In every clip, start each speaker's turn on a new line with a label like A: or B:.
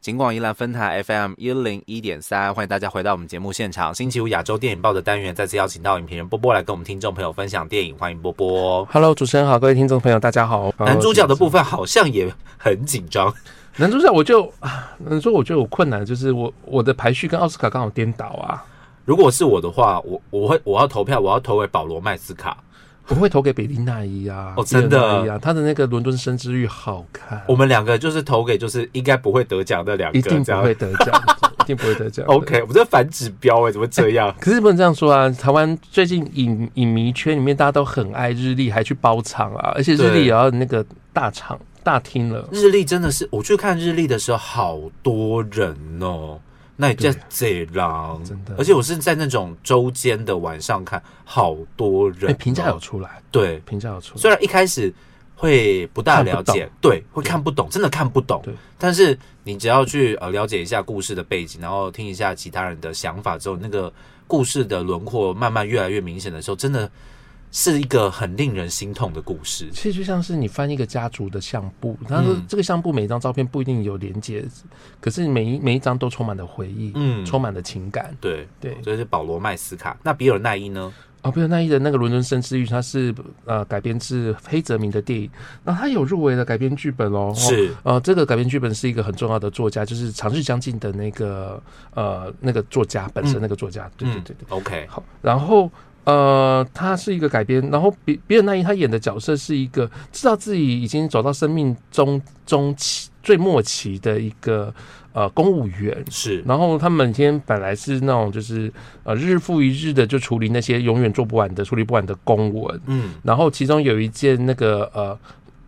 A: 尽管宜兰分台 FM 一零一点三，欢迎大家回到我们节目现场。星期五亚洲电影报的单元，再次邀请到影评人波波来跟我们听众朋友分享电影，欢迎波波。
B: Hello，主持人好，各位听众朋友，大家好。
A: 男主角的部分好像也很紧张，
B: 男主角我就啊，男主角我觉得有困难，就是我我的排序跟奥斯卡刚好颠倒啊，
A: 如果是我的话，我我会我要投票，我要投给保罗麦斯卡。
B: 我会投给比利娜伊啊，
A: 哦真的
B: 比利娜伊啊，他的那个伦敦生之欲好看，
A: 我们两个就是投给就是应该不会得奖的两个，
B: 一定
A: 这
B: 不
A: 样
B: 会得奖， 一定不会得奖。
A: OK，我们这反指标哎、怎么这样？
B: 可是不能这样说啊！台湾最近影影迷圈里面大家都很爱日历，还去包场啊，而且日
A: 对
B: 历也要那个大场大厅了。
A: 日历真的是，我去看日历的时候，好多人哦。那也叫贼狼，
B: 真的
A: 而且我是在那种周间的晚上看，好多人、哦
B: 哎，评价有出来，
A: 对，
B: 评价有出来，
A: 虽然一开始会不大了
B: 看不
A: 解，对，会看不懂，真的看不懂
B: 对。
A: 但是你只要去呃了解一下故事的背景，然后听一下其他人的想法之后，那个故事的轮廓慢慢越来越明显的时候，真的是一个很令人心痛的故事。
B: 其实就像是你翻一个家族的相簿，他说
A: 嗯
B: 这个相簿每一张照片不一定有连接，可是每一每一张都充满了回忆，
A: 嗯，
B: 充满了情感。
A: 对，
B: 对，
A: 哦这是保罗麦斯卡。那比尔奈伊呢？
B: 哦，比尔奈伊的那个《伦敦绅士狱》，它是呃改编自黑泽明的电影，那它有入围的改编剧本哦。
A: 是
B: 呃，这个改编剧本是一个很重要的作家，就是《长日将近》的那个呃那个作家本身那个作家，对对对对。
A: 嗯，OK，
B: 好，然后呃，他是一个改编，然后比比尔奈伊他演的角色是一个知道自己已经走到生命中中期最末期的一个呃公务员。
A: 是
B: 然后他每天本来是那种就是呃日复一日的就处理那些永远做不完的处理不完的公文，
A: 嗯，
B: 然后其中有一件那个呃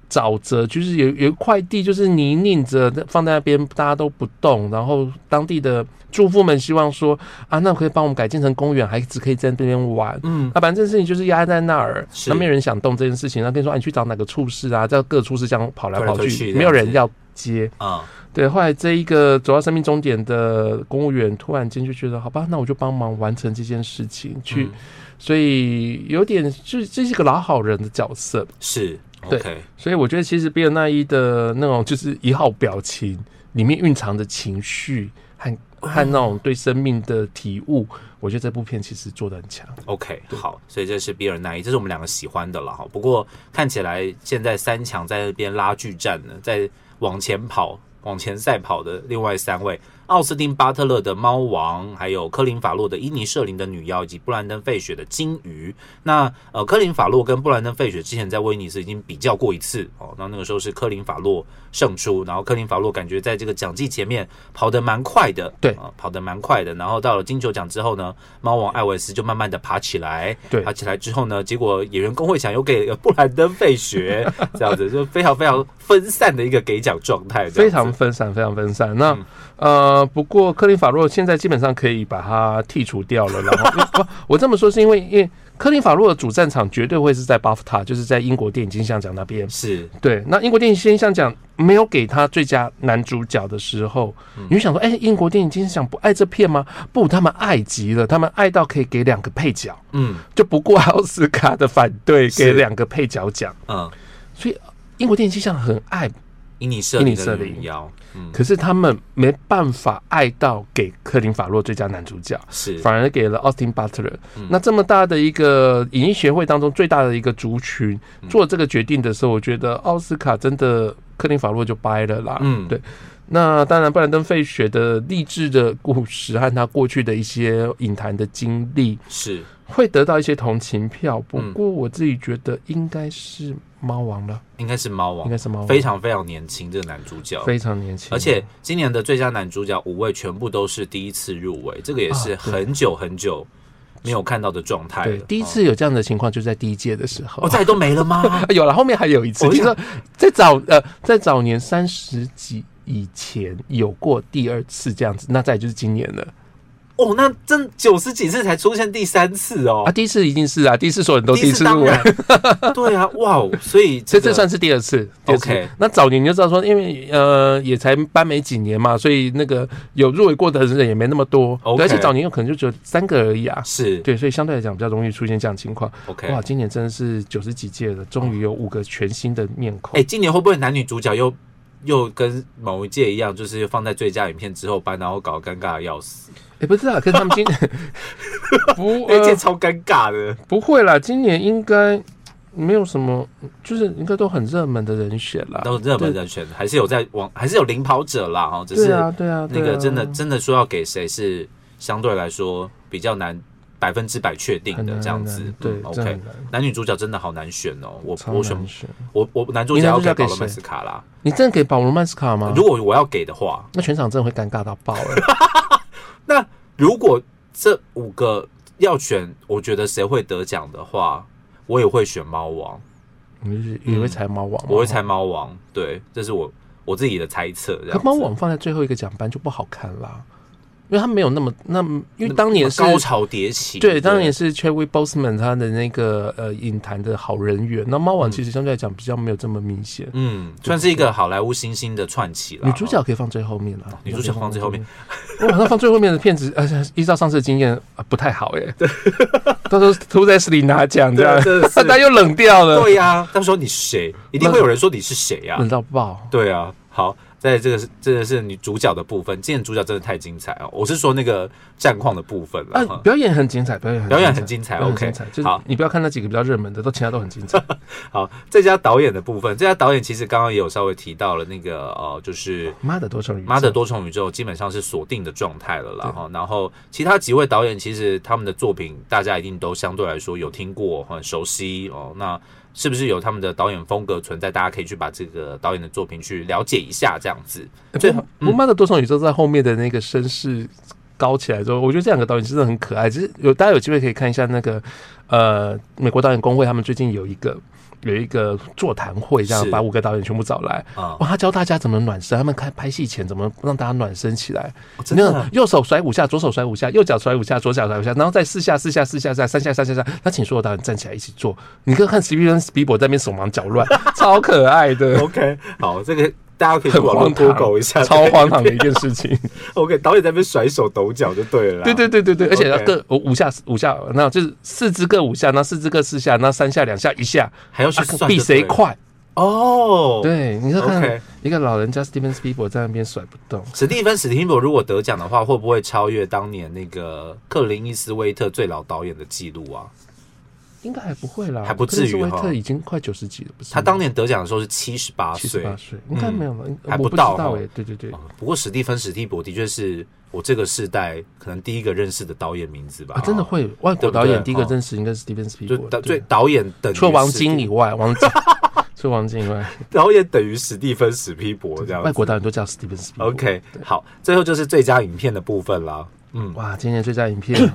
B: 沼泽，就是有有一块地就是泥泞着放在那边，大家都不动。然后当地的住户们希望说啊，那可以帮我们改建成公园，孩子可以在那边玩。
A: 嗯
B: 啊，反正这件事情就是压在那儿，
A: 是
B: 那没有人想动这件事情。然后跟你说，啊、你去找哪个处室啊，叫各处室这样跑来
A: 推来
B: 跑
A: 推
B: 去，
A: 去这样
B: 没有
A: 子
B: 人要接。
A: 啊，
B: 对，后来这一个走到生命终点的公务员，突然间就觉得，好吧，那我就帮忙完成这件事情，去，
A: 嗯
B: 所以有点就是这是一个老好人的角色，
A: 是
B: 对
A: OK，
B: 所以我觉得其实比尔奈伊的那种就是一号表情里面蕴藏的情绪和和那种对生命的体悟，我觉得这部片其实做的很强。
A: OK，好，所以这是比尔奈伊，这是我们两个喜欢的了哈。不过看起来现在三强在那边拉锯战呢，在往前跑、往前赛跑的另外三位，奥斯汀·巴特勒的猫王，还有科林·法洛的伊尼舍林的女妖，以及布兰登·费雪的金鱼。那呃，科林·法洛跟布兰登·费雪之前在威尼斯已经比较过一次哦，那那个时候是科林·法洛胜出，然后科林·法洛感觉在这个奖季前面跑得蛮快的，
B: 对
A: 啊、跑得蛮快的。然后到了金球奖之后呢，猫王艾维斯就慢慢的爬起来，
B: 对
A: 爬起来之后呢，结果演员工会奖又给呃了布兰登·费 雪，这样子就非常非常分散的一个给奖状态，这样子嗯
B: 非常分散，非常分散。那、呃，不过克林法洛现在基本上可以把它剔除掉 了。然后因为不，我这么说是因为，因为克林法洛的主战场绝对会是在巴夫塔，就是在英国电影金像奖那边。
A: 是
B: 对，那英国电影金像奖没有给他最佳男主角的时候，
A: 嗯
B: 你就想说，哎、英国电影金像奖不爱这片吗？不，他们爱极了，他们爱到可以给两个配角，
A: 嗯
B: 就不顾奥斯卡的反对，
A: 是
B: 给两个配角奖。
A: 嗯，
B: 所以英国电影金像奖很爱
A: 伊尼舍
B: 伊
A: 林
B: 尼
A: 的
B: 舍
A: 女
B: 林
A: 妖，嗯
B: 可是他们没办法爱到给克林法洛最佳男主角，
A: 是
B: 反而给了奥斯汀巴特勒。那这么大的一个影艺协会当中最大的一个族群做这个决定的时候，我觉得奥斯卡真的克林法洛就掰了啦。
A: 嗯
B: 对那当然，布兰登·费雪的励志的故事和他过去的一些影坛的经历，
A: 是。
B: 会得到一些同情票。不
A: 嗯
B: 过我自己觉得应该是猫王了，
A: 应该是猫
B: 应
A: 王
B: 该，是猫王，
A: 非常非常年轻这个男主角，
B: 非常年轻，
A: 而且今年的最佳男主角五位全部都是第一次入围，这个也是
B: 啊对
A: 很久很久没有看到的状态
B: 对
A: 了。
B: 第一次有这样的情况，就在第一届的时候。？
A: 哦，再都没了吗
B: 有了，后面还有一次，
A: 我
B: 听
A: 想
B: 说在早呃在早年三十几以前有过第二次这样子，那再就是今年了
A: 哦，那真九十几次才出现第三次哦
B: 啊，，第一次一定是啊，第一次所有人都第一次入
A: 当
B: 围。
A: 然，对啊，哇哦，所以
B: 所
A: 这
B: 以这
A: 个
B: 算是第二次，第二次
A: OK
B: 那早年你就知道说，因为呃也才颁没几年嘛，所以那个有入围过的人也没那么多
A: OK
B: 对而且早年有可能就只有三个而已啊，
A: 是
B: 对，所以相对来讲比较容易出现这样的情况。
A: OK。
B: 哇，今年真的是九十几届了，终于有五个全新的面孔
A: 哎哎、。今年会不会男女主角又又跟某一届一样，就是放在最佳影片之后班，然后搞得尴尬的要死，
B: 也哎不知道，可是他们今 不
A: 那一届
B: 呃
A: 超尴尬的。
B: 不会啦，今年应该没有什么，就是应该都很热门的人选啦。
A: 都是热门人选，还是有在往，还是有领跑者啦哈，只
B: 对
A: 是
B: 啊，对啊，
A: 那
B: 对
A: 个
B: 啊
A: 真的真的说要给谁是相对来说比较难百分之百确定
B: 很
A: 的
B: 难
A: 这样子
B: 很难。
A: 嗯
B: 对，真的
A: ，OK
B: 很。难
A: 男女主角真的好难选哦，我
B: 超
A: 我
B: 难
A: 选
B: 选。
A: 我我男主
B: 你
A: 角
B: 男
A: 要
B: 主角
A: 给保罗
B: 给谁啊
A: 曼斯卡啦。
B: 你真的给保罗曼斯卡吗？
A: 如果我要给的话，
B: 那全场真的会尴尬到 爆哎、
A: 那如果这五个要选，我觉得谁会得奖的话，我也会选猫王，
B: 你就是也会猜猫王吗、
A: 嗯我会猜猫王。对，这是我我自己的猜测。这样
B: 可
A: 子
B: 猫王放在最后一个奖班就不好看啦，因为他没有那么那么，因为当年是
A: 高潮迭起，
B: 对，当年是 Chadwick Boseman 他的那个呃影坛的好人缘，那猫王其实相对来讲比较没有这么明显。
A: 嗯，算是一个好莱坞新兴的串起了。
B: 女主角可以放最后面啦，
A: 啊哦女主角放最后面，
B: 哇，那放最后面的片子，呃，依照上次的经验、啊不太好哎、 到时候突在斯里拿奖这
A: 对啊，
B: 样，
A: 真的
B: 他
A: 是
B: 又冷掉了，
A: 对呀、到时候你谁，一定会有人说你是谁呀、
B: 冷到爆。
A: 对啊，好，在这个是这个是女主角的部分，今天主角真的太精彩哦。我是说那个战况的部分了。
B: 啊，
A: 哈
B: 表演很精彩，表演很
A: 表演很精彩
B: 表演很
A: OK，
B: 精彩就是
A: 好
B: 你不要看那几个比较热门的，都其他都很 精彩。
A: 好，最佳导演的部分，最佳导演其实刚刚也有稍微提到了那个呃，就是
B: 妈的多重宇宙，
A: 妈的多重宇宙基本上是锁定的状态了啦哈。然后其他几位导演其实他们的作品大家一定都相对来说有听过，很熟悉哦。那是不是有他们的导演风格存在？大家可以去把这个导演的作品去了解一下，这样子。
B: 哎，
A: 最
B: 最
A: 后
B: 后妈的多重宇宙在后面的那个声势高起来之后，我觉得这两个导演真的很可爱。就是有大家有机会可以看一下那个呃，美国导演工会他们最近有一个。有一个座谈会，这样
A: 是
B: 把五个导演全部找来，
A: 啊、
B: 哇，他教大家怎么暖身，他们开拍戏前怎么让大家暖身起来。
A: 哦真
B: 那
A: 的
B: 样右手甩五下，左手甩五下，右脚甩五下，左脚甩五下，然后再四下四下四下四下三下三下三下。那请所有导演站起来一起做。你可以看 Steven Spielberg 在那边手忙脚乱，超可爱的，
A: OK，好，这个大家可以去
B: 很
A: 网络
B: 荒唐
A: Google 一下，
B: 超
A: 对
B: 荒唐的一件事情。
A: OK，导演在那边甩手抖脚就对了啦。
B: 对对对对对，而且要
A: OK
B: 各五五下五下，那就是四支各五下，那四支各四下，那三下两下一下，
A: 还要去
B: 啊
A: 算
B: 比谁
A: 就对了
B: 快。
A: 哦。，
B: 对，你就
A: OK
B: 看一个老人家 Steven Spielberg 在那边甩不动。
A: 史蒂芬史蒂夫如果得奖的话，会不会超越当年那个克林伊斯威特最老导演的记录啊？
B: 应该还不会啦，
A: 还不至于
B: 克里斯
A: 哈
B: 威特已经快九十几了，不是吗？
A: 他当年得奖的时候是七十八
B: 七十
A: 岁
B: 八。岁，应该没有吧？
A: 还不
B: 我不知
A: 到
B: 道
A: 哈
B: 哎，对对对
A: 哦，不过史蒂芬史蒂伯的确是我这个世代可能第一个认识的导演名字吧。
B: 啊，真的
A: 哦，
B: 会
A: 对
B: 外国
A: 不对
B: 导演第一个
A: 哦
B: 认识应该是 Steven Spielberg，
A: 就
B: 对
A: 导最导演等于
B: 除了王
A: 史蒂
B: 晶以外，王晶除了王晶以外，
A: 导演等于史蒂芬史蒂伯这样
B: 外
A: 子。
B: 国导演都叫 Steven Spielberg。
A: OK，好，最后就是最佳影片的部分啦。嗯，
B: 哇，今年最佳影片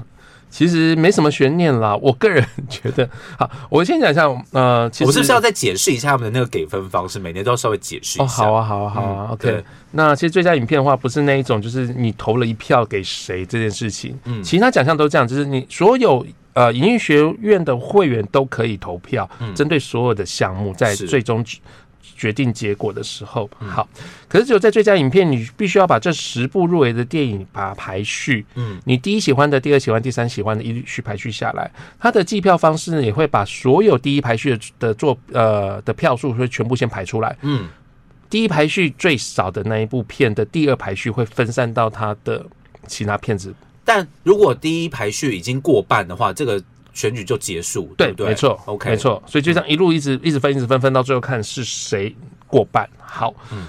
B: 其实没什么悬念啦，我个人觉得，好，我先讲一下，呃，其
A: 我们是
B: 实
A: 不是要再解释一下他们的那个给分方式？每年都要稍微解释一下。
B: 哦，好啊，好啊，好啊、
A: 嗯
B: o k
A: 对
B: 那其实最佳影片的话，不是那一种，就是你投了一票给谁这件事情。
A: 嗯
B: 嗯，其他奖项都这样，就是你所有呃营运学院的会员都可以投票，
A: 嗯
B: 针对所有的项目，在
A: 是
B: 最终决决定结果的时候。
A: 嗯
B: 好，可是只有在最佳影片，你必须要把这十部入围的电影把它排序。
A: 嗯
B: 你第一喜欢的、第二喜欢、第三喜欢的，一律去排序下来。它的计票方式呢，也会把所有第一排序的的作呃的票数会全部先排出来，
A: 嗯，
B: 第一排序最少的那一部片的第二排序会分散到它的其他片子。
A: 但如果第一排序已经过半的话，这个选举就结束，对不对？
B: 没错
A: ，OK，
B: 没。错。所以就这样一路一直一直分，一直分，分到最后看是谁过半。好，
A: 嗯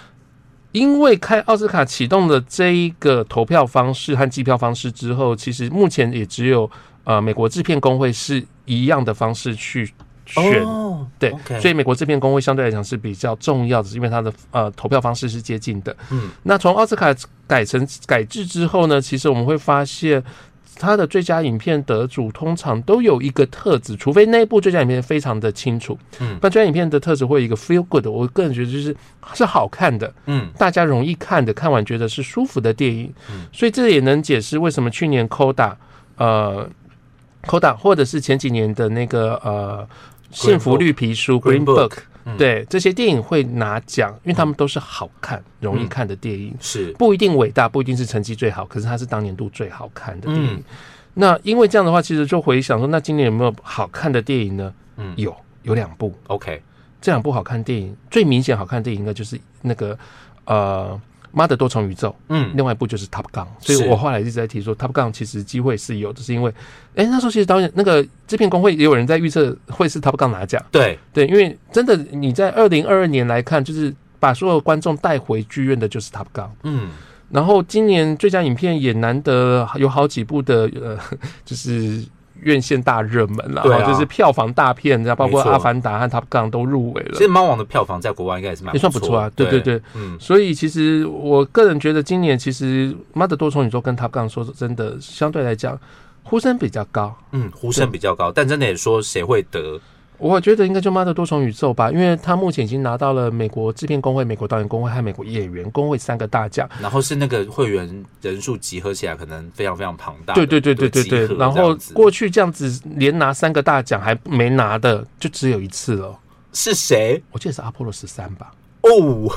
B: 因为开奥斯卡启动了这一个投票方式和计票方式之后，其实目前也只有呃美国制片工会是一样的方式去选
A: 哦，
B: 对
A: OK
B: 所以美国这片工会相对来讲是比较重要的，是因为它的呃投票方式是接近的。
A: 嗯，
B: 那从奥斯卡改成改制之后呢，其实我们会发现。它的最佳影片得主通常都有一个特质，除非那一部最佳影片非常的清楚，
A: 嗯
B: 不然最佳影片的特质会有一个 feel good，我个人觉得就是是好看的，
A: 嗯
B: 大家容易看的，看完觉得是舒服的电影。
A: 嗯
B: 所以这也能解释为什么去年 Coda，呃，Coda 或者是前几年的那个呃《幸福
A: Book
B: 绿皮书》
A: Green
B: Green
A: Book
B: Book，
A: 嗯
B: 对这些电影会拿奖，因为他们都是好看、容易看的电影。
A: 是
B: 不一定伟大，不一定是成绩最好，可是它是当年度最好看的电影。
A: 嗯
B: 那因为这样的话，其实就回想说，那今年有没有好看的电影呢？
A: 嗯
B: 有，有两部。
A: OK，
B: 这两部好看电影，最明显好看的电影应该就是那个呃《妈的多重宇宙》，
A: 嗯，
B: 另外一部就是《Top Gun》，所以
A: 是
B: 我后来一直在提说，《Top Gun》其实机会是有，只是因为，哎、那时候其实导演那个制片工会也有人在预测会是《Top Gun》拿奖，
A: 对，
B: 对，因为真的你在二零二二年来看，就是把所有观众带回剧院的就是《Top Gun》，
A: 嗯，
B: 然后今年最佳影片也难得有好几部的呃， 就是院线大热门啦，
A: 对啊
B: 就是票房大片，然后包括
A: 没
B: 《
A: 错
B: 阿凡达》和《Top Gun》都入围了
A: 其。实《猫王》的票房在国外应该也是蛮
B: 也算
A: 不
B: 不
A: 错
B: 错啊，对对，对，
A: 嗯，
B: 所以其实我个人觉得今年其实《妈的多重宇宙》跟《Top Gun》说真的，相对来讲呼声比较高。
A: 嗯，呼声比较高，但真的也说谁会得？
B: 我觉得应该就《妈的多重宇宙》吧，因为他目前已经拿到了美国制片工会、美国导演工会和美国演员工会三个大奖。
A: 然后是那个会员人数集合起来，可能非常非常庞大的。
B: 对对对对对对
A: 集合。
B: 然
A: 这
B: 后
A: 样子
B: 过去这样子连拿三个大奖还没拿的，就只有一次了。
A: 是谁？
B: 我记得是阿波罗十三吧，
A: 哦，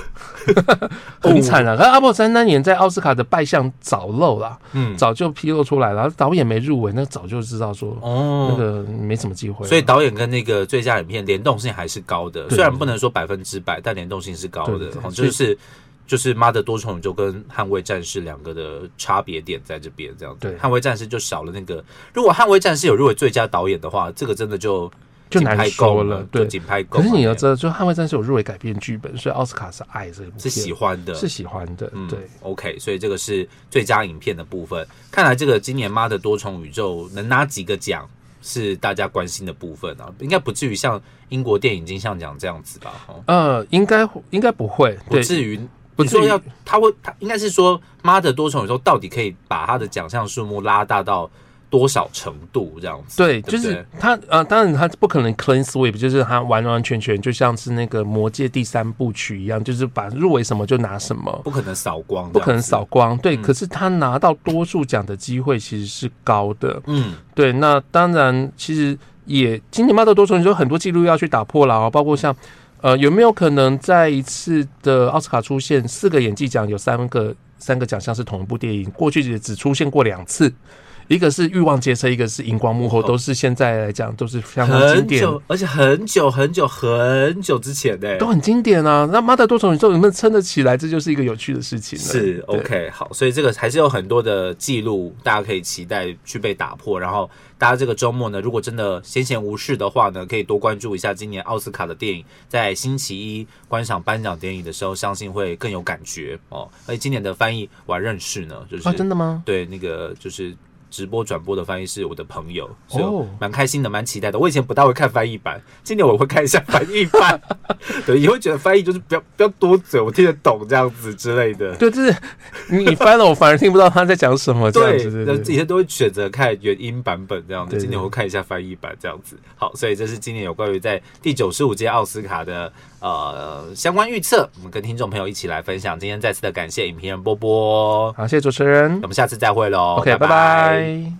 B: 很惨啊！可是阿波罗十三那年在奥斯卡的败相早漏啦，
A: 嗯，
B: 早就披露出来了，导演没入围，那早就知道说那
A: 哦。
B: 个没什么机会了。啊
A: 所以导演跟那个最佳影片联动性还是高的，
B: 对
A: 虽然不能说百分之百，但联动性是高的
B: 对对。
A: 哦
B: 所
A: 就
B: 以
A: 是就是《妈的多重宇宙》跟《捍卫战士》两个的差别点在这边，这样子。
B: 对
A: 捍卫战士》就少了那个，如果《捍卫战士》有入围最佳导演的话，这个真的就
B: 就
A: 紧
B: 难
A: 拍
B: 说
A: 够
B: 了
A: 就
B: 对
A: 紧拍够。
B: 可是你要知道，就《捍卫战士》有入围改编剧本，所以奥斯卡是爱这部
A: 是
B: 片，
A: 喜欢的，
B: 是喜欢的，
A: 嗯，
B: 对。
A: ，OK，所以这个是最佳影片的部分。看来这个今年妈的多重宇宙能拿几个奖是大家关心的部分啊，应该不至于像英国电影金像奖这样子吧？哦，
B: 呃，应该应该不会，
A: 不
B: 对，
A: 至于。
B: 不
A: 你
B: 至
A: 说
B: 于
A: 要他会，他应该是说妈的多重宇宙到底可以把他的奖项数目拉大到多少程度这样子？
B: 对，
A: 不
B: 就是他呃，当然他不可能 clean sweep，就是他完完全全就像是那个《魔戒》第三部曲一样，就是把入围什么就拿什么，
A: 不可能扫光，
B: 不可能扫。光。
A: 嗯
B: 对，可是他拿到多数奖的机会其实是高的。
A: 嗯，
B: 对，那当然，其实也今年《妈的多重宇宙》有很多记录要去打破了哦，包括像呃，有没有可能在一次的奥斯卡出现四个演技奖，有三个三个奖项是同一部电影？过去也只出现过两次，一个是《欲望街车》，一个是《荧光幕后》，都是现在来讲都是相当经
A: 很
B: 典。
A: 久，而且很久很久很久之前呢、
B: 都很经典啊！那《妈的多重宇宙》能不能撑得起来，这就是一个有趣的事情了。
A: 是
B: 对
A: OK 好，所以这个还是有很多的记录，大家可以期待去被打破。然后大家这个周末呢，如果真的闲闲无事的话呢，可以多关注一下今年奥斯卡的电影，在星期一观赏颁奖典礼的时候，相信会更有感觉哦。而且今年的翻译我还认识呢，就是、
B: 啊，真的吗？
A: 对那个就是。直播转播的翻译是我的朋友，所
B: 哦
A: 以蛮开心的，蛮期待的。我以前不大会看翻译版，今年我会看一下翻译版。 对，也会觉得翻译就是不要不要多嘴，我听得懂这样子之类的。
B: 对，就是你你翻了，我反而听不到他在讲什么。这样
A: 对
B: 子，对，
A: 那
B: 对
A: 以前都会选择看原音版本这样子，
B: 对对
A: 今年我会看一下翻译版这样子。好，所以这是今年有关于在第九十五届奥斯卡的呃相关预测，我们跟听众朋友一起来分享。今天再次的感谢影评人波波，
B: 好，谢谢主持人
A: 我。们下次再会喽
B: OK，
A: 拜
B: 拜拜